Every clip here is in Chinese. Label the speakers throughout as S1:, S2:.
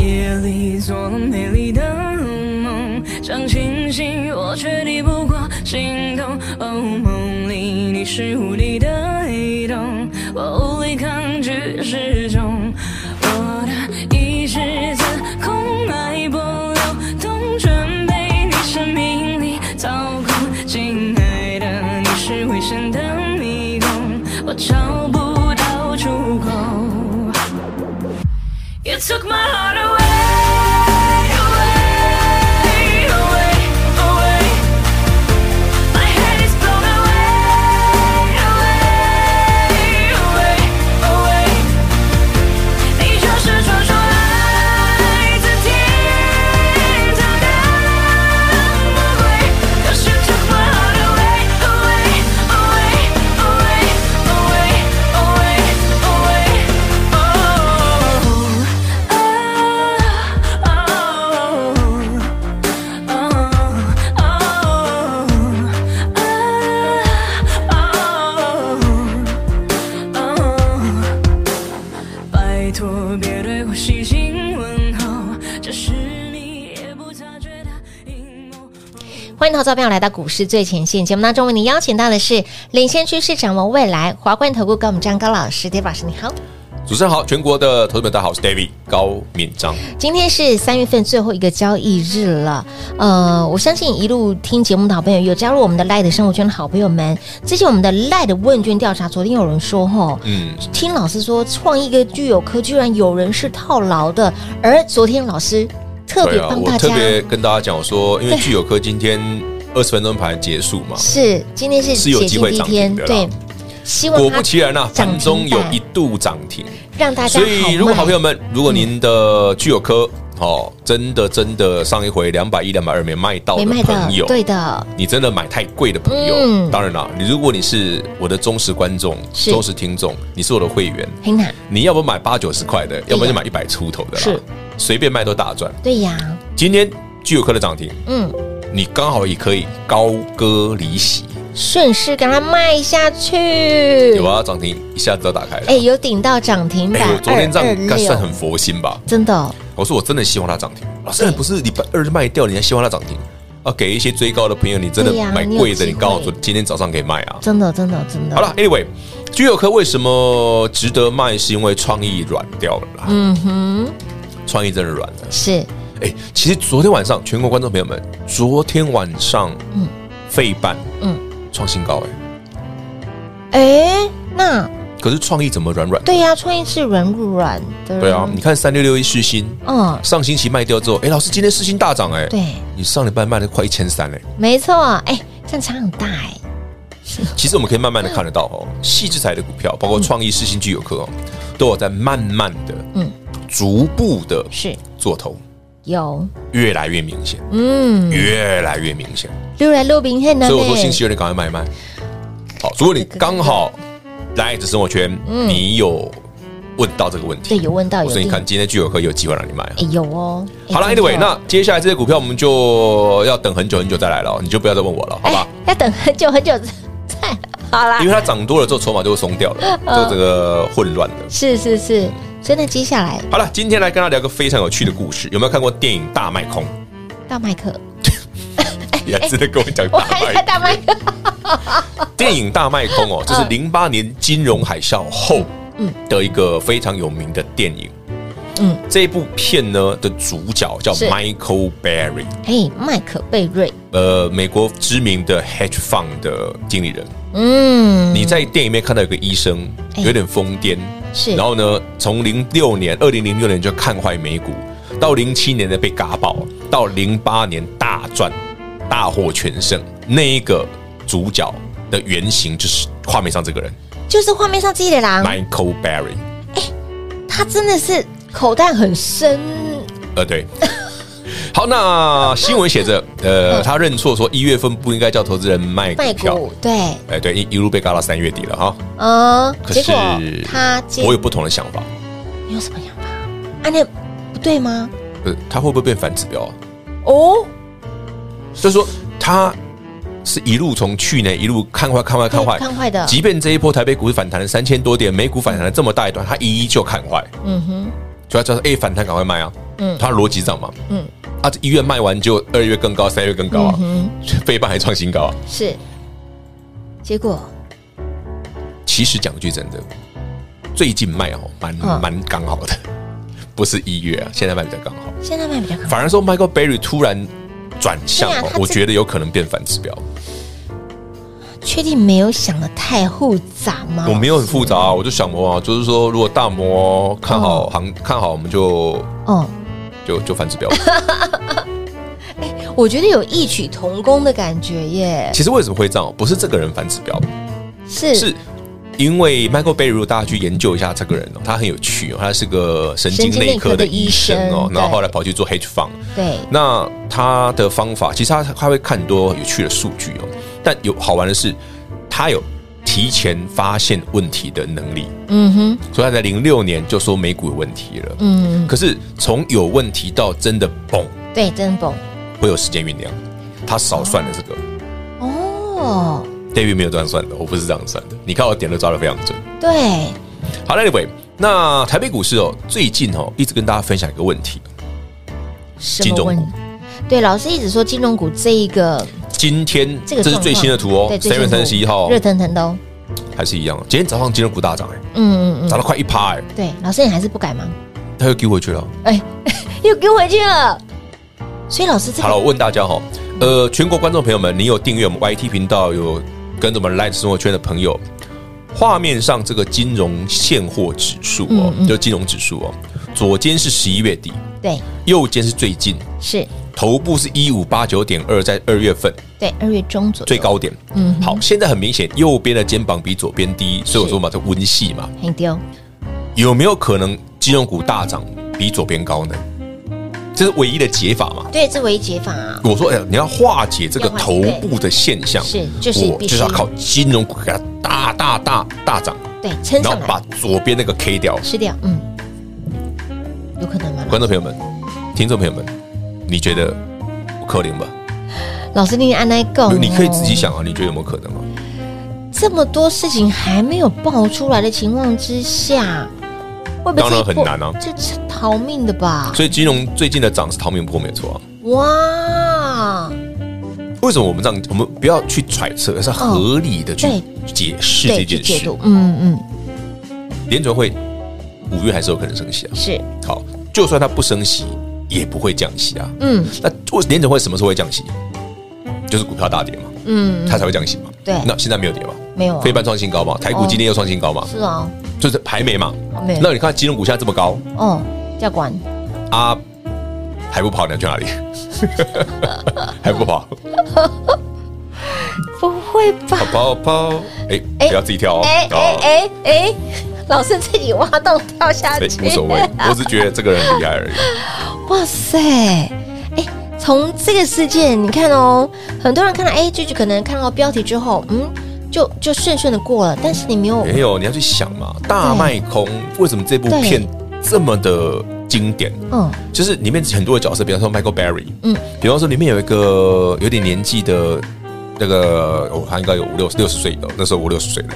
S1: 夜里做了美丽的梦，想清醒，我却抵不过心动。哦，梦里你是无敌的黑洞，我无力抗拒失重。我的意志自控，脉搏流动，全被你生命力操控。亲爱的，你是危险的迷宫，我找不到出口。You took my heart away, away, away, away. My head is blown away, away, away, away. 你就是传说来自天堂的魔鬼，Cause you took my heart away, away, away, away, away, away, away, oh, oh, oh, oh. 拜托别对我细心问候，这是你也不察觉的阴谋。
S2: 欢迎投资朋友来到股市最前线节目当中，为您邀请到的是领先趋势、掌握未来华冠投顾高敏章高老师，David 老师你好。
S3: 主持人好，全国的投资们大家好，我是 David 高敏章。
S2: 今天是三月份最后一个交易日了，呃，我相信一路听节目的好朋友，有加入我们的 Light 生活圈的好朋友们，之前我们的 Light 问卷调查，昨天有人说吼，
S3: 嗯，
S2: 听老师说创意跟具有科居然有人是套牢的，而昨天老师特别帮
S3: 啊我
S2: 大家、
S3: 特别跟大家讲，我说因为具有科今天二十分钟盘结束嘛，
S2: 是今天是
S3: 是有
S2: 解
S3: 机
S2: 禁
S3: 会
S2: 第一
S3: 涨
S2: 天，
S3: 停的啦
S2: 对，希望
S3: 果
S2: 它
S3: 不其然啊，
S2: 涨停
S3: 盘中有
S2: 板
S3: 一度涨停。
S2: 让大家
S3: 所
S2: 好嗯
S3: 以，如果好朋
S2: 友
S3: 友们，如果您的具有科哦，真的真的上一回两百一、两百二没卖到
S2: 没
S3: 的
S2: 卖
S3: 朋友
S2: 的，，对的，
S3: 你真的买太贵的朋友，
S2: 嗯
S3: 当然啦，你如果你是我的忠实观众、
S2: 是
S3: 忠实听众，你是我的会员，
S2: 很难，
S3: 你要不买八九十块的，要不然就买一百出头的啦，
S2: 是
S3: 随便卖都大赚。
S2: 对呀，
S3: 今天具有科的涨停，
S2: 嗯，
S3: 你刚好也可以高歌离席，
S2: 顺势给它卖下去，
S3: 有啊，涨停一下子都打开了。
S2: 哎，有顶到涨停板
S3: 哎，我昨天这样干
S2: 226
S3: 算很佛心吧？
S2: 真的哦，
S3: 我说我真的希望它涨停，老师不是礼拜二就卖掉，你还希望它涨停？啊，给一些追高的朋友，你真的
S2: 对呀
S3: 买
S2: 你有
S3: 贵的，
S2: 机
S3: 你刚好
S2: 会
S3: 说今天早上可以卖啊。
S2: 真的，真的，真的。
S3: 好了，，Anyway，居有科为什么值得卖？是因为创意软掉了啦，
S2: 嗯哼，
S3: 创意真的软了。
S2: 是
S3: 哎，其实昨天晚上，全国观众朋友们，昨天晚上，
S2: 嗯
S3: 嗯，费半，
S2: 嗯
S3: 嗯，创新高哎、
S2: 哎，那
S3: 可是创意怎么软软？
S2: 对呀、创意是软软的，
S3: 对啊，你看三六六一世新，
S2: 嗯，
S3: 上星期卖掉之后，哎，老师今天世新大涨哎、
S2: 对，
S3: 你上礼拜卖了快一千三嘞。
S2: 没错，哎，这样差很大哎，
S3: 其实我们可以慢慢的看得到哦，细制材的股票，包括创意、世新、具有科哦，都有在慢慢的，
S2: 嗯
S3: 嗯，逐步的
S2: 是
S3: 做头，
S2: 有，
S3: 越来越明显，
S2: 嗯，
S3: 越来越明显。
S2: 六来六饼很难
S3: 所
S2: 呢，
S3: 以我说星期二你赶快卖一卖。好，如果你刚好来这生活圈，你有问到这个问题，
S2: 嗯对有问到有
S3: 我说你
S2: 定
S3: 看今天具有科有机会让你买啊。
S2: 哎有哦，哎
S3: 好了
S2: 真的
S3: ，Anyway，那接下来这些股票我们就要等很久很久再来了哦，你就不要再问我了，好吧？
S2: 哎要等很久很久再 好啦嗯
S3: 因，为它涨多了之后，筹码就会松掉 了，就这个混乱了。
S2: 是是是，所以那接下来
S3: 好了，今天来跟大家聊个非常有趣的故事。有没有看过电影《大卖空
S2: 大麦克，》？
S3: 你还真的跟我讲
S2: 哎我
S3: 大
S2: 还在
S3: 卖？
S2: 大麦克，
S3: 电影《大卖空》哦，这是零八年金融海啸后
S2: 嗯
S3: 的一个非常有名的电影。
S2: 嗯
S3: 嗯，这部片呢的主角叫
S2: 是
S3: Michael Barry，
S2: 哎，麦克贝瑞，
S3: 呃，美国知名的 hedge fund 的经理人。
S2: 嗯，
S3: 你在电影里面看到有个医生
S2: 哎
S3: 有点疯癫，
S2: 是
S3: 然后呢，从零六年二零零六年就看坏美股，到零七年的被嘎爆，到零八年大赚，大获全胜。那一个主角的原型就是画面上这个人、
S2: 就是画面上自己的狼，
S3: Michael Barry。
S2: 他真的是口袋很深，
S3: 呃，对。 好，那新闻写着，呃，他认错说一月份不应该叫投资人卖
S2: 嗯
S3: 股
S2: 卖
S3: 票，
S2: 股对，
S3: 哎，对，一一路被嘎到三月底了哈。
S2: 嗯，
S3: 可
S2: 结
S3: 是
S2: 果他接
S3: 我有不同的想法，
S2: 你有什么想法？啊，那不对吗？
S3: 呃，他会不会变反指标啊？
S2: 哦，
S3: 就是说，他是一路从去年一路看坏、看坏、看坏、
S2: 对看坏的
S3: 即便这一波台北股市反弹了三千多点，美股反弹了这么大一段，他依旧看坏，
S2: 嗯哼，
S3: 就要叫他哎反弹赶快卖啊。
S2: 嗯
S3: 嗯，他逻辑上嘛，
S2: 嗯
S3: 嗯，啊，这一月卖完就二月更高，三月更高啊，
S2: 嗯
S3: 费半还创新高啊。
S2: 哼，是。结果
S3: 其实讲句真的，最近卖哦，蛮
S2: 嗯
S3: 蛮刚好的， 不是一月啊，现在卖比较刚好。
S2: 现在卖比较高，
S3: 反而说 Michael Berry 突然转向
S2: 对啊
S3: 哦
S2: 他，这
S3: 我觉得有可能变反指标。
S2: 确定没有想的太复杂吗？
S3: 我没有很复杂啊，我就想模啊，就是说如果大摩看好行看好，我们就
S2: 哦，
S3: 就就反指 标。
S2: 我觉得有异曲同工的感觉耶，
S3: 其实为什么会这样？不是这个人反指标，
S2: 是
S3: 是。因为 Michael Berry，如果大家去研究一下这个人哦，他很有趣哦，他是个神经
S2: 神经内
S3: 内
S2: 科
S3: 科
S2: 的
S3: 的
S2: 医
S3: 医
S2: 生
S3: 生哦，然后
S2: 对
S3: 后来跑去做 hedge fund，
S2: 对，
S3: 那他的方法，其实他他会看很多有趣的数据哦，但有好玩的是，他有提前发现问题的能力，
S2: 嗯哼，
S3: 所以他在零六年就说美股有问题了。
S2: 嗯，
S3: 可是从有问题到真的嘣，
S2: 对，真的懂
S3: 会有时间酝酿。他少算了这个
S2: 哦，
S3: ，David 没有这样算的，我不是这样算的。你看我点都抓得非常准。
S2: 对，
S3: 好了，Anyway，那台北股市哦，最近哦一直跟大家分享一个问题，
S2: 什么
S3: 金
S2: 问
S3: 融
S2: 题
S3: 股？
S2: 对，老师一直说金融股这一个
S3: 今天
S2: 这个
S3: 这是
S2: 状况
S3: 最新的图哦
S2: 对，，最
S3: 三
S2: 新
S3: 月
S2: 的
S3: 三十一号
S2: 热腾腾的哦，
S3: 还是一样。今天早上金融股大涨哎、
S2: 嗯嗯嗯，
S3: 涨了快一趴哎，
S2: 对，老师你还是不改吗？
S3: 他又丢回去了。
S2: 哎，又给我回去了。所以老师这
S3: 好了，
S2: 个
S3: 我问大家哈，呃，全国观众朋友们，你有订阅我们 YT 频道，有跟着我们 Light 生活圈的朋友，画面上这个金融现货指数哦，
S2: 嗯嗯
S3: 就金融指数哦，左肩是十一月底，
S2: 对
S3: 右肩是最近，
S2: 是，
S3: 头部是一五八九点二，在二月份
S2: 对二月中左右
S3: 最，高点。
S2: 嗯，
S3: 好，现在很明显，右边的肩膀比左边低，所以我说嘛，这温系嘛，
S2: 很丢，
S3: 有没有可能金融股大涨比左边高呢？这是唯一的解法嘛？
S2: 对，这唯一解法啊，
S3: 我说，哎、你要化解这个
S2: 要化
S3: 头
S2: 解
S3: 部的现象，
S2: 是就是
S3: 我
S2: 必
S3: 就
S2: 须
S3: 是要靠金融股给它大大大大涨，
S2: 对，撑
S3: 嗯然后
S2: 上来
S3: 把左边那个 K 掉。
S2: 吃掉，嗯，有可能吗？
S3: 观众朋友们、听众朋友们，你觉得可能吧？
S2: 老师，你按那个，
S3: 你可以自己，想啊，你觉得有没有可能啊？
S2: 哦这么多事情还没有爆出来的情况之下，会不会
S3: 当然
S2: 这一波
S3: 很难啊
S2: 这是逃命的吧？
S3: 所以金融最近的涨是逃命坡没错啊。
S2: 哇，
S3: 为什么我们这样？我们不要去揣测，而是合理的去解释这
S2: 哦对，去
S3: 件
S2: 解
S3: 事。
S2: 读，嗯嗯，
S3: 联准会五月还是有可能升息啊。
S2: 是，
S3: 好，就算它不升息，也不会降息啊。
S2: 嗯
S3: 那为联总会什么时候会降息？就是股票大跌嘛，
S2: 嗯，
S3: 它才会降息嘛。
S2: 对
S3: 那现在没有跌嘛，
S2: 没有啊
S3: 非，半创新高嘛，台股今天又创新高嘛，
S2: 是啊，
S3: 就是还没嘛。
S2: 没有
S3: 那你看金融股现在这么高
S2: 哦，教官，
S3: 啊，还不跑，你要去哪里？ 还不跑，
S2: 不会吧？
S3: 跑跑跑！哎，
S2: 哎
S3: 不要自己跳哦。
S2: 哎哎
S3: 哦
S2: 哎哎，老师自己挖洞跳下
S3: 哎
S2: 去，
S3: 无所谓，我只是觉得这个人很厉害而已。
S2: 哇塞，哎，从这个事件，你看哦，很多人看到哎，句句可能看到标题之后，嗯，就就顺顺的过了，但是你没有
S3: 没有，你要去想嘛，大卖空为什么这部
S2: 哦对
S3: 片这么的经典？
S2: 嗯，
S3: 就是里面很多的角色，比方说 Michael Berry，
S2: 嗯
S3: 嗯，比方说里面有一个有点年纪的那个，我看应该有五六六十岁的，那时候五六十岁了。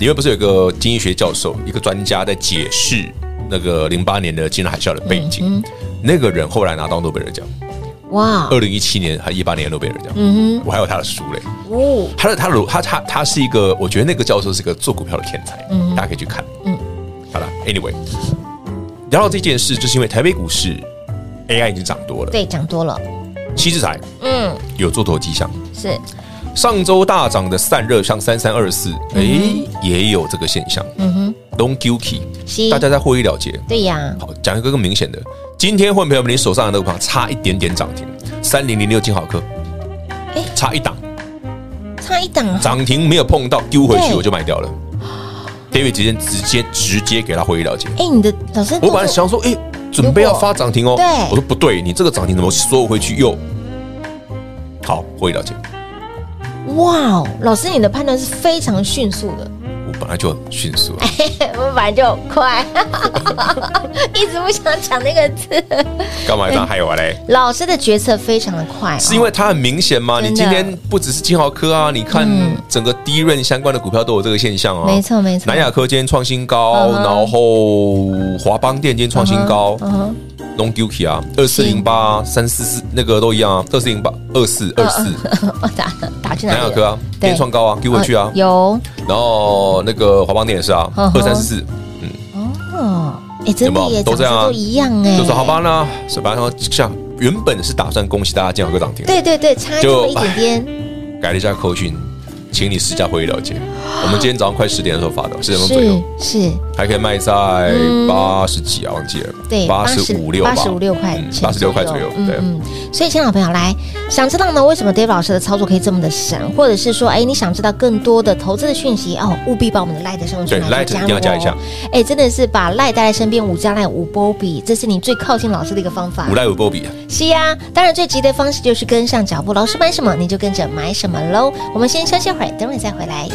S3: 里面不是有一个经济学教授，一个专家在解释那个零八年的金融海啸的背景。那个人后来拿到诺贝尔奖，
S2: 哇，
S3: 二零一七年还一八年的诺贝尔奖。
S2: 嗯
S3: 我还有他的书嘞，
S2: 哼，哦，
S3: 他的他的他他他是一个，我觉得那个教授是个做股票的天才，
S2: 嗯
S3: 大家可以去看。
S2: 嗯
S3: 嗯，好了，Anyway，聊到这件事，就是因为台北股市 AI 已经涨多了，
S2: 对，讲多了，
S3: 七字台
S2: 嗯，
S3: 有做头迹象，
S2: 是
S3: 上周大涨的散热像三三二四，
S2: 嗯
S3: 哎，也有这个现象。嗯哼，Long Guki，
S2: 是
S3: 大家在获利了结。
S2: 对呀，
S3: 好，讲一个更明显的，今天会朋友们，你手上的那个股票差一点点涨停，三零零六金好科，
S2: 哎
S3: 差一档
S2: 差一档，
S3: 涨停没有碰到，丢回去
S2: 对
S3: 我就卖掉了。 David 直接直接直接给他会议了解。
S2: 哎，你的老师，
S3: 我本来想说，哎、准备要发涨停哦，
S2: 对
S3: 我说不对，你这个涨停怎么收回去又好？会议了解，
S2: 哇哦，老师你的判断是非常迅速的，
S3: 我本来就很迅速
S2: 哎
S3: 啊，
S2: 我本来就很快， 一直不想讲那个字。
S3: 干嘛要害我嘞？
S2: 老师的决策非常的快、哦，
S3: 是因为它很明显吗？
S2: 真的
S3: 你今天不只是金豪科啊，你看
S2: 嗯
S3: 整个低润相关的股票都有这个现象啊。
S2: 没错没错
S3: 南亚科今天创新高
S2: 嗯，哼
S3: 然后华邦电今天创新高
S2: 嗯哼
S3: 龙 g u k i 啊，二四零八、三四四那个都一样啊，二四零八、二四二四，
S2: 我 打打去哪
S3: 南
S2: 里了？
S3: 亚科啊，今
S2: 嗯对
S3: 天创高啊，丢回去啊
S2: 呃，有
S3: 然后那个华邦电也是啊，
S2: 嗯
S3: 二
S2: 哼
S3: 三四四。
S2: 哦，哎，真
S3: 有
S2: 的
S3: 没
S2: 耶，
S3: 有都这样啊
S2: 长得都一样哎，
S3: 就说好吧呢，是吧？然后像原本是打算恭喜大家金豪科涨停，
S2: 对对对，差这
S3: 就
S2: 么一点点，
S3: 改了一下口讯，请你私下回忆了解。我们今天早上快十点的时候发的，十点钟左
S2: 是
S3: 右，
S2: 是，
S3: 还可以卖在八十几啊，忘记了，
S2: 对，
S3: 八十五六吧，嗯
S2: 八十五六块钱，
S3: 八十六块左右，对。
S2: 嗯嗯，所以，亲爱的朋友，来想知道呢，为什么 Dave 老师的操作可以这么的神，或者是说，哎，你想知道更多的投资的讯息哦，务必把我们的 Light 生活圈
S3: 对
S2: 来
S3: Light
S2: 加入
S3: 一定要加一下
S2: 哦。哎，真的是把 Light 带在身边，五加 Light 五波比，这是你最靠近老师的一个方法
S3: 五。赖五波比，
S2: 是呀、当然最急的方式就是跟上脚步，老师买什么你就跟着买什么喽。我们先休息会儿，等会儿再回来。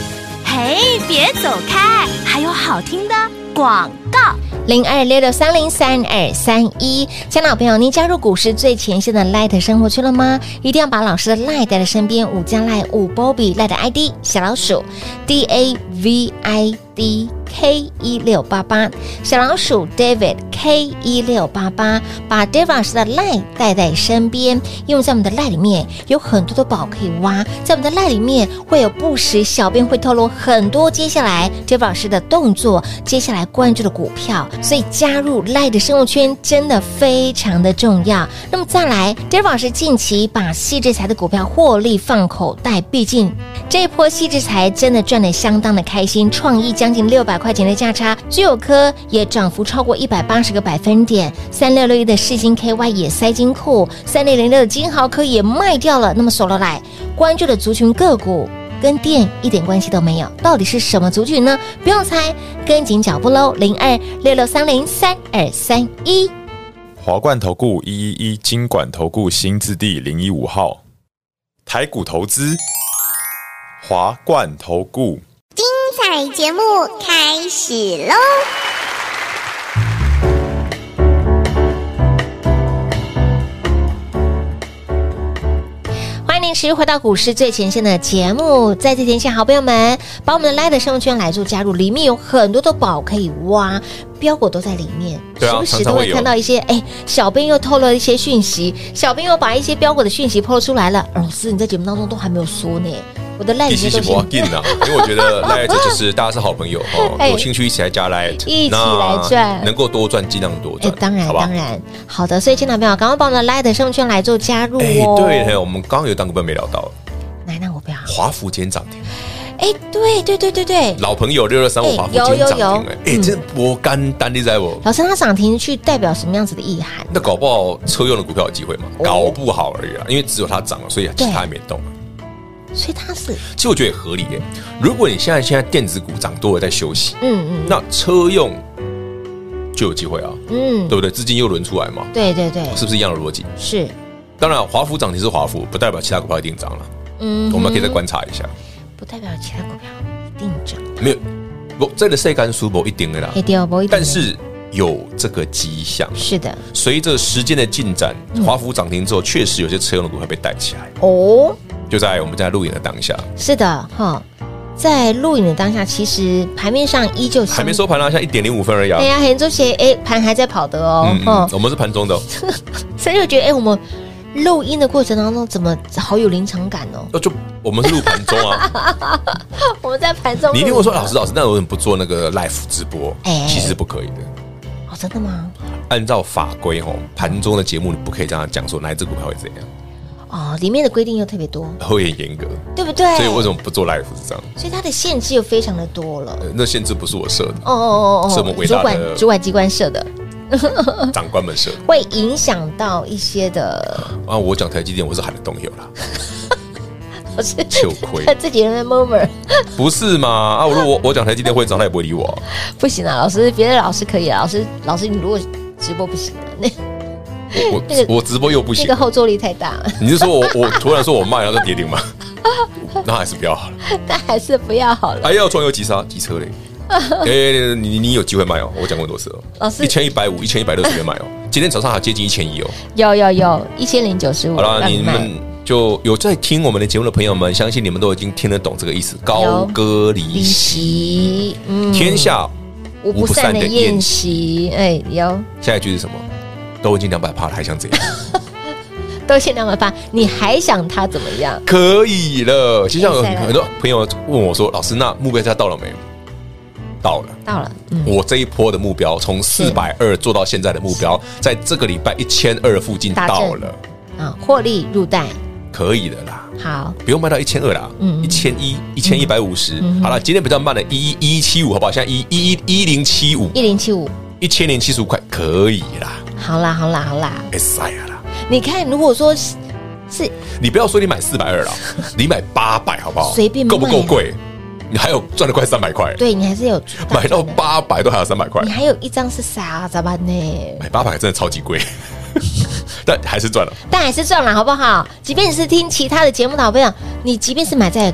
S4: 嘿，别走开，还有好听的广告。
S2: 零二六六三零三二三一。亲爱的好朋友，您加入股市最前线的 Light 生活圈了吗？一定要把老师的 Light 带在身边，五加 Light 五 Bobby Light 的 ID 小老鼠 D A V I D K 一六八八，小老鼠 David K 一六八八，把 David 老师的 Light 带在身边，因为在我们的 Light 里面有很多的宝可以挖，在我们的 Light 里面会有不时小编会透露很多接下来 David 老师的动作，接下来关注的股票，所以加入 Light 的生物圈真的非常的重要。那么再来，David 老师近期把细制材的股票获利放口袋，毕竟这一波细制材真的赚得相当的开心，创意将近六百块钱的价差，聚友科也涨幅超过一百八十个百分点，三六六一的世金 KY 也塞金库，三六零六的金豪科也卖掉了。那么手罗来关注的族群个股。跟电一点关系都没有，到底是什么族群呢？不用猜，跟紧脚步喽！零二六六三零三二三一。
S5: 华冠投顾一一一金管投顾新字第零一五号，台股投资，华冠投顾。
S6: 彩节目开始喽！
S2: 欢迎您持续回到股市最前线的节目，再次提醒好朋友们，把我们的 Light 生活圈来做加入，里面有很多的宝可以挖，标股都在里面，
S3: 对啊
S2: 时不时
S3: 常常
S2: 都
S3: 会
S2: 会
S3: 有
S2: 看到一些，哎，小编又透露一些讯息，小编又把一些标股的讯息透露出来了。老师，你在节目当中都还没有说呢，我的 Light
S3: 一
S2: 里
S3: 起
S2: 面哎都
S3: 是不要
S2: 是
S3: 进啊，因为我 觉得 Light 就是大家是好朋友哦，
S2: 哎
S3: 有兴趣一起来加 Light，
S2: 一起来赚
S3: 那能够多赚尽量多
S2: 哎
S3: 赚，，
S2: 当然
S3: 好吧
S2: 当。然，好的，所以亲爱的朋友，赶快把我们的 Light 生活圈来做加入
S3: 哎，
S2: 哦。
S3: 对，嘿，我们刚刚有单股票没聊到，
S2: 来，那我不要。
S3: 华孚今天涨停，
S2: 哎，对对对对对，
S3: 老朋友六六三五
S2: 哎
S3: 华孚今
S2: 有
S3: 天
S2: 有
S3: 涨
S2: 有嗯
S3: 停，哎，哎，这我干单你在我，
S2: 老师，它涨停去代表什么样子的意涵？
S3: 那搞不好车用的股票有机会嘛？搞不好而已啊，因为只有它涨了，所以其他也没动。
S2: 所以它是，
S3: 其实我觉得也合理耶。如果你现在现在电子股涨多了在休息，
S2: 嗯嗯
S3: 那车用就有机会啊，
S2: 嗯，
S3: 对不对？资金又轮出来嘛，
S2: 对对对，
S3: 是不是一样的逻辑？
S2: 是，
S3: 当然，华孚涨停是华孚，不代表其他股票一定涨了。
S2: 嗯
S3: 我们可以再观察一下，
S2: 不代表其他股票一定涨，
S3: 没有不这个晒干书不一定的啦，
S2: 黑掉不一定。哎
S3: 但是有这个迹象。
S2: 是的
S3: 随着时间的进展，华孚涨停之后，确实有些车用的股票被带起来。
S2: 哦，
S3: 就在我们在录影的当下，
S2: 是的哈，在录影的当下，其实盘面上依旧
S3: 还没。收盘啦，现在一点零五分而已啊
S2: 哎。呀，很多鞋哎盘还在跑的哦
S3: 嗯，嗯
S2: 哈，，
S3: 我们是盘中的哦，
S2: 所以我觉得哎我们录音的过程当中怎么好有临场感哦？
S3: 哦就我们是录盘中啊。
S2: 我们在盘中录
S3: 你
S2: 影
S3: 一定会说，老师老师，那我们不做那个 live 直播
S2: 哎，
S3: 其实不可以的。
S2: 哦，真的吗？
S3: 按照法规吼，盘中的节目你不可以这样讲说哪一只股票会怎样，
S2: 哦，里面的规定又特别多，
S3: 会很严格。
S2: 对不对？
S3: 所以为什么不做 live 是这样？
S2: 所以它的限制又非常的多了。
S3: 呃那限制不是我设的，
S2: 哦哦哦哦，
S3: 是我们伟
S2: 主
S3: 大的
S2: 管主管机关设的，嗯
S3: 长官们设的
S2: 会影响到一些的
S3: 啊。我讲台积电，我是喊得动有啦。
S2: 老师
S3: 糗亏
S2: 自己人的 murmur，
S3: 不是嘛？啊，我如果我我讲台积电会涨，他也不会理我啊、
S2: 不行啊，老师别的老师可以啊，老师老师你如果直播不行啊，那
S3: 我
S2: 那个
S3: 我我直播又不
S2: 那
S3: 行
S2: 个，后坐力太大 了，
S3: 你是说我我突然说我卖，然后再 跌停吗？那还是不要好了。
S2: 但还是不要好了。
S3: 哎要创又急刹急 车嘞！哎、你你你有机会卖哦，我讲过很多次哦，
S2: 老师
S3: 一千一百五、一千一百六十元买 哦，今天早上还接近一千一哦。
S2: 有有有，一千零九十五，
S3: 好啦，
S2: 让
S3: 你
S2: 卖
S3: 们就有在听我们的节目的朋友们，相信你们都已经听得懂这个意思。高歌离
S2: 离
S3: 席，
S2: 席，嗯
S3: 天下
S2: 无不散的宴席，哎，有
S3: 下一句是什么？都已经两百趴了，还想怎样？
S2: 都限两百八，你还想他怎么样？
S3: 可以了。就像有
S2: 可以了
S3: 很多朋友问我说：“老师，那目标价到了没有？”到了。
S2: 到了，嗯，
S3: 我这一波的目标从四百二做到现在的目标，在这个礼拜一千二附近
S2: 打
S3: 到
S2: 正
S3: 了，
S2: 啊，获利入袋，
S3: 可以的啦，
S2: 好，
S3: 不用卖到一千二啦，
S2: 嗯
S3: 一千一、一千一百五十
S2: 嗯。
S3: 好了，今天比较慢的，一一一七五，好不好？现在一一一一零七五，
S2: 一零七五，
S3: 一千零七十五块，可以啦，
S2: 好啦，好啦，好啦，
S3: 哎塞呀啦！
S2: 你看，如果说是是
S3: 你不要说你买四百 二了，你买八百好不好？
S2: 随便卖
S3: 够不够贵？你还有赚了快三百块，
S2: 对你还是有赚
S3: 买到
S2: 的，
S3: 八百都还有三百块
S2: 你，还有一张是啥咋办呢？
S3: 买八百真的超级贵， 但还是赚了。
S2: 但还是赚了，好不好？即便你是听其他的节目的好朋友，你即便是买在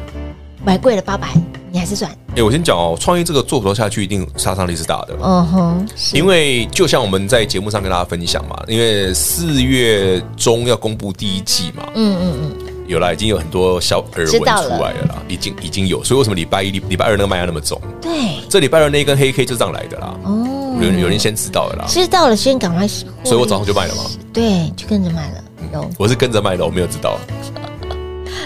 S2: 买贵了八百，你还是赚。
S3: 哎、我先讲哦，创业这个做不头下去，一定杀伤力是大的。
S2: 嗯哼，是
S3: 因为就像我们在节目上跟大家分享嘛，因为四月中要公布第一季嘛，
S2: 嗯嗯嗯，
S3: 有啦，已经有很多小耳闻
S2: 知
S3: 出
S2: 道了
S3: 来了啦，已经已经有，所以为什么礼拜一、礼礼拜二那个卖压那么重？
S2: 对，
S3: 这礼拜二那一根黑 K 就这样来的啦，
S2: 哦，
S3: 有人有人先知道了啦，
S2: 知道了，先赶快，所
S3: 所以我早上就嗯卖了嘛，
S2: 对，就跟着卖了。有
S3: 我是跟着卖的，我没有知道。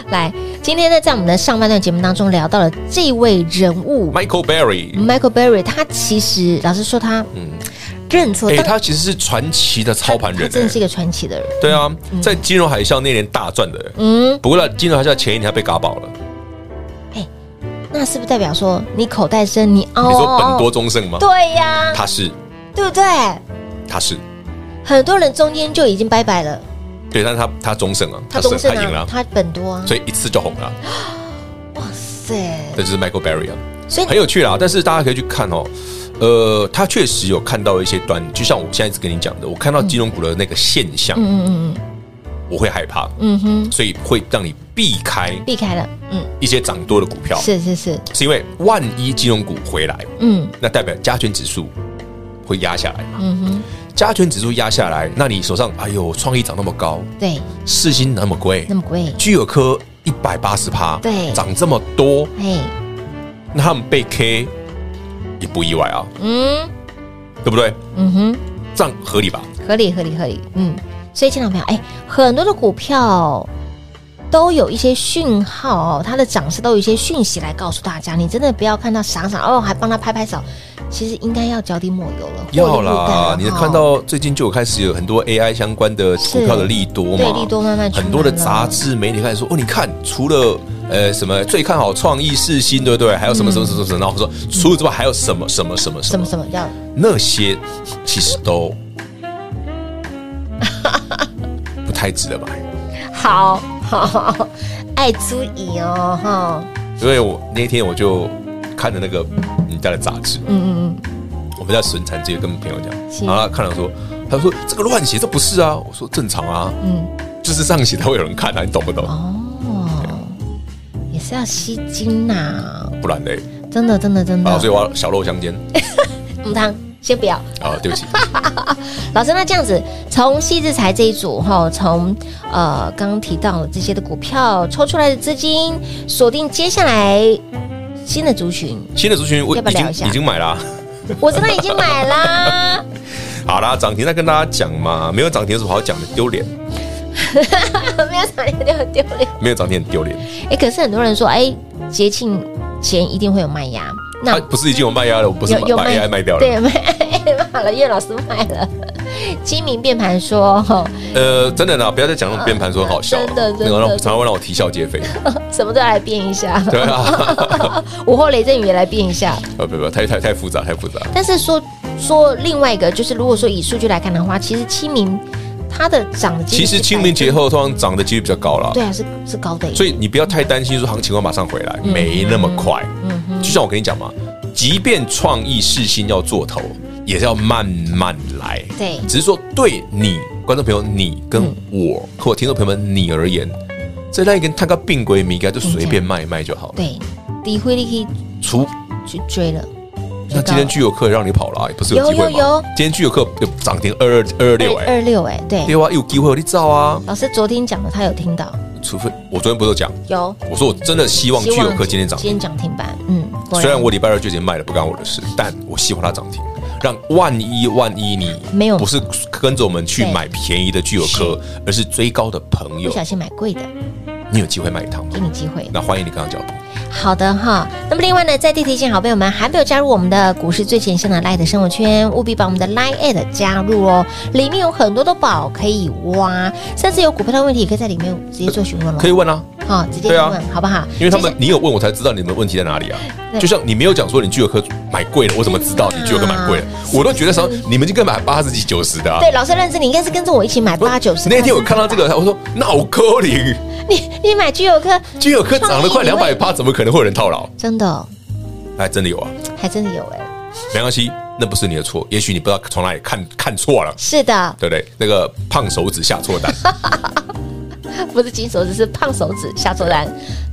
S2: 来，今天呢，在我们的上半段节目当中聊到了这位人物
S3: Michael Berry，
S2: Michael Berry，他其实老实说，他
S3: 嗯，
S2: 认错，
S3: 哎、
S2: 当
S3: 他其实是传奇的操盘
S2: 他
S3: 人、
S2: 真的是一嗯
S3: 欸，
S2: 个传奇的人。
S3: 对啊，在金融海啸那年大赚的、欸
S2: 嗯，
S3: 不过呢，金融海啸前一年他被嘎爆了，
S2: 那是不是代表说你口袋深，你凹
S3: 你说
S2: 凹
S3: 本
S2: 凹？
S3: 多终胜吗？
S2: 对呀，
S3: 他是，
S2: 对不对？
S3: 他是。
S2: 很多人中间就已经拜拜了，
S3: 对，但是他他终胜啊，
S2: 他
S3: 胜
S2: 中正
S3: 他赢
S2: 啊
S3: 了，，
S2: 他本多啊，
S3: 所以一次就红了，
S2: 哇塞，
S3: 这就是 Michael Berry 啊，
S2: 所以
S3: 很有趣啦。但是大家可以去看哦，呃，他确实有看到一些端倪，就像我现在一直跟你讲的，我看到金融股的那个现象，
S2: 嗯嗯嗯
S3: 我会害怕，
S2: 嗯哼，
S3: 所以会让你避开
S2: 避开了，嗯，
S3: 一些涨多的股票，
S2: 是是是，
S3: 是因为万一金融股回来，
S2: 嗯
S3: 那代表加权指数会压下来嘛？
S2: 嗯哼，
S3: 加权指数压下来，那你手上哎呦，创意涨那么高，
S2: 对，
S3: 市心那么贵
S2: 那，么贵，
S3: 聚友科一百八十趴，
S2: 对
S3: 涨这么多。
S2: 嘿，
S3: 那他们被 K 也不意外啊，
S2: 嗯
S3: 对不对？
S2: 嗯哼，
S3: 这样合理吧？
S2: 合理合理合理，嗯，所以，亲爱的朋友，哎，很多的股票。都有一些讯号哦，它的涨势都有一些讯息来告诉大家，你真的不要看到傻傻哦，还帮他拍拍手，其实应该要脚底抹油了，获
S3: 要
S2: 利入袋
S3: 啦
S2: 了，
S3: 你
S2: 哈
S3: 看到最近就有开始有很多 AI 相关的
S2: 是
S3: 股票的利多嘛，
S2: 对利多慢慢出来了
S3: 很多的杂志媒体开始说，哦，你看除了呃什么最看好创意世新，对不对？还有什么什么什么什么，然后说除此之外还有什么什么什么什
S2: 嗯什么
S3: 么
S2: 什么要
S3: 那些其实 都不太值得买，
S2: 好好， 爱足以哦，哈，
S3: 因为我那天我就看了那个你家的杂志，
S2: 嗯嗯
S3: 我们在损产直接跟朋友
S2: 是
S3: 讲，然后他看了说，他说这个乱写，这不是啊。我说正常啊，
S2: 嗯，
S3: 就是这样写才会有人看啊，你懂不懂？
S2: 哦，也是要吸睛呐、
S3: 不然嘞，
S2: 真的真的真的
S3: 啊，，所以我要小肉相间
S2: 母汤先不要，
S3: 啊，对不起，
S2: 老师，那这样子，从细制裁这一组哈，从呃刚刚提到的这些的股票抽出来的资金，锁定接下来新的族 群，
S3: 新的族群我
S2: 要不
S3: 已
S2: 要聊
S3: 经
S2: 一下
S3: 已经买啦、
S2: 我真的已经买啦，
S3: 好啦，涨停再跟大家讲嘛，没有涨停有什么好讲的，丢脸，
S2: 没有涨跌就很丢 脸。
S3: 没有涨停很丢脸。
S2: 哎、可是很多人说，哎、节庆前一定会有卖压，那
S3: 他啊不是已经有卖压了，我哎不是把 AI 卖掉了。
S2: 对，卖 AI 卖了， 叶老师卖了。 清明变盘说，哦，
S3: 呃，真的啦，不要再讲那种编盘说很好笑了，
S2: 啊真的真的
S3: 那个让我常常会让我啼笑皆非。
S2: 什么都来变一下，
S3: 对啊，
S2: 午后雷阵雨也来变一下。
S3: 呃，不不，太太太复杂，太复杂。
S2: 但是说说另外一个，就是如果说以数据来看的话，其实清明它的涨的几率
S3: 其实
S2: 是
S3: 清
S2: 百
S3: 明节
S2: 分
S3: 后通常涨的几率比较高了，
S2: 对啊，是是高的耶，
S3: 所以你不要太担心说行情会马上回来，
S2: 嗯
S3: 没那么快。就像我跟你讲嘛，即便创意世新要做头，也是要慢慢来。
S2: 对嗯
S3: 只是说对你观众朋友，你跟我、或者听众朋友们你而言，这那一根探个病鬼米该就随便卖一卖就好了。
S2: 对低灰力可以
S3: 除
S2: 去追了，
S3: 那今天具有课让你跑了啊，也不是有机会
S2: 有有有
S3: 吗？今天具有课有涨停二二二二六哎，
S2: 二六哎，对，
S3: 对啊，有机会我你造啊，
S2: 老师昨天讲的，他有听到，
S3: 除非我昨天不是有讲，
S2: 有
S3: 我说我真的希望具
S2: 希
S3: 有课今天涨
S2: 今天。
S3: 停
S2: 涨停板，嗯，果
S3: 虽然我礼拜二就已经卖了，不干我的事，但我希望它涨停，让万一万一你
S2: 没有
S3: 不是跟着我们去
S2: 对
S3: 买便宜的巨有科，而是追高的朋
S2: 不
S3: 友，
S2: 小心买贵的，
S3: 你有机会买一趟吗
S2: 给？你机会。
S3: 那欢迎你跟上脚步。
S2: 好的哈，那么另外呢，在地提醒好朋友们，还没有加入我们的股市最前线的 Light 生活圈，务必把我们的 Light at 加入哦，里面有很多的宝可以挖，甚至有股票的问题，也可以在里面直接做询问了，
S3: 可以问啊，
S2: 好、直接
S3: 对啊
S2: 询问、好不好？
S3: 因为他们
S2: 这是
S3: 你有问我才知道你们问题在哪里啊
S2: 对。
S3: 就像你没有讲说你巨有科买贵了，我怎么知道你巨有科买贵了？我都觉得说你们就跟买八十几九十的啊。
S2: 啊对老师认识你，应该是跟着我一起买八九十。
S3: 啊那天我看到这个，我说那我扣零，
S2: 你 你买居有科，
S3: 巨有科涨了快
S2: 创意
S3: 两
S2: 你会
S3: 百趴，怎么可能会有人套牢？
S2: 真的哦、
S3: 哎，真的有啊。
S2: 还真的有哎、
S3: 没关系，那不是你的错，也许你不知道从哪里看看错了，
S2: 是的，
S3: 对不对？那个胖手指下错单。
S2: 不是金手指，是胖手指、下手单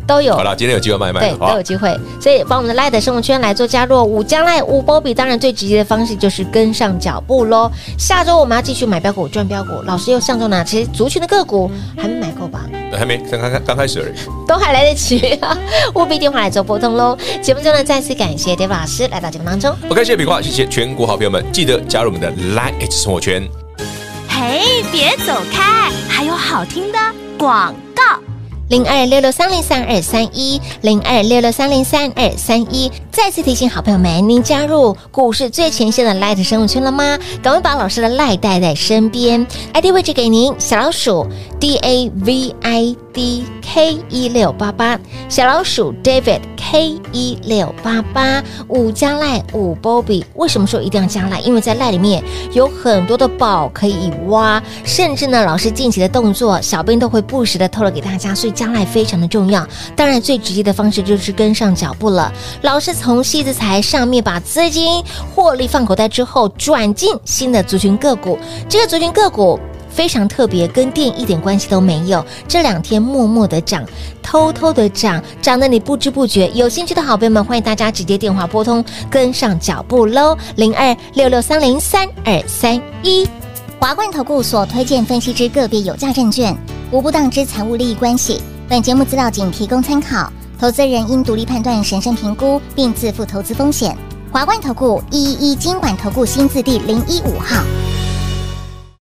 S2: 都有。
S3: 好了，今天有机会卖一卖
S2: 对
S3: 了，，好
S2: 都
S3: 吧
S2: 有？机会，所以帮我们的 Light 的生活圈来做加入，五加赖五波比，当然最直接的方式就是跟上脚步喽。下周我们要继续买标股赚标股，老师又上周哪些族群的个股还没买够吧？
S3: 还没，刚刚刚开始而已。
S2: 都还来得及， 务必电话来做波动喽。节目中呢，再次感谢 David 老师来到节目当中。
S3: OK，谢谢笔画，谢谢全国好朋友们，记得加入我们的 Line H 生活圈。
S4: 嘿，别走开，还有好听的广告。
S2: 零二六六三零三二三一，零二六六三零三二三一。再次提醒好朋友们，您加入股市最前线的 Light 生物圈了吗？赶快把老师的 Light 带在身边，ID 位置给您，小老鼠 D A V I D K E 一六八八，小老鼠 David K 一六八八，五加赖五 Bobby。为什么说一定要加赖？因为在赖里面有很多的宝可以挖，甚至呢，老师近期的动作，小编都会不时的透露给大家，所以加赖非常的重要。当然，最直接的方式就是跟上脚步了。老师从戏子财上面把资金获利放口袋之后，转进新的族群个股，这个族群个股。非常特别，跟电一点关系都没有。这两天默默的涨，偷偷的涨，涨得你不知不觉。有兴趣的好朋友们，欢迎大家直接电话拨通，跟上脚步喽，零二六六三零三二三一。
S6: 华冠投顾所推荐分析之个别有价证券，无不当之财务利益关系。本节目资料仅提供参考，投资人应独立判断、审慎评估，并自负投资风险。华冠投顾一一一金管投顾新字第零一五号。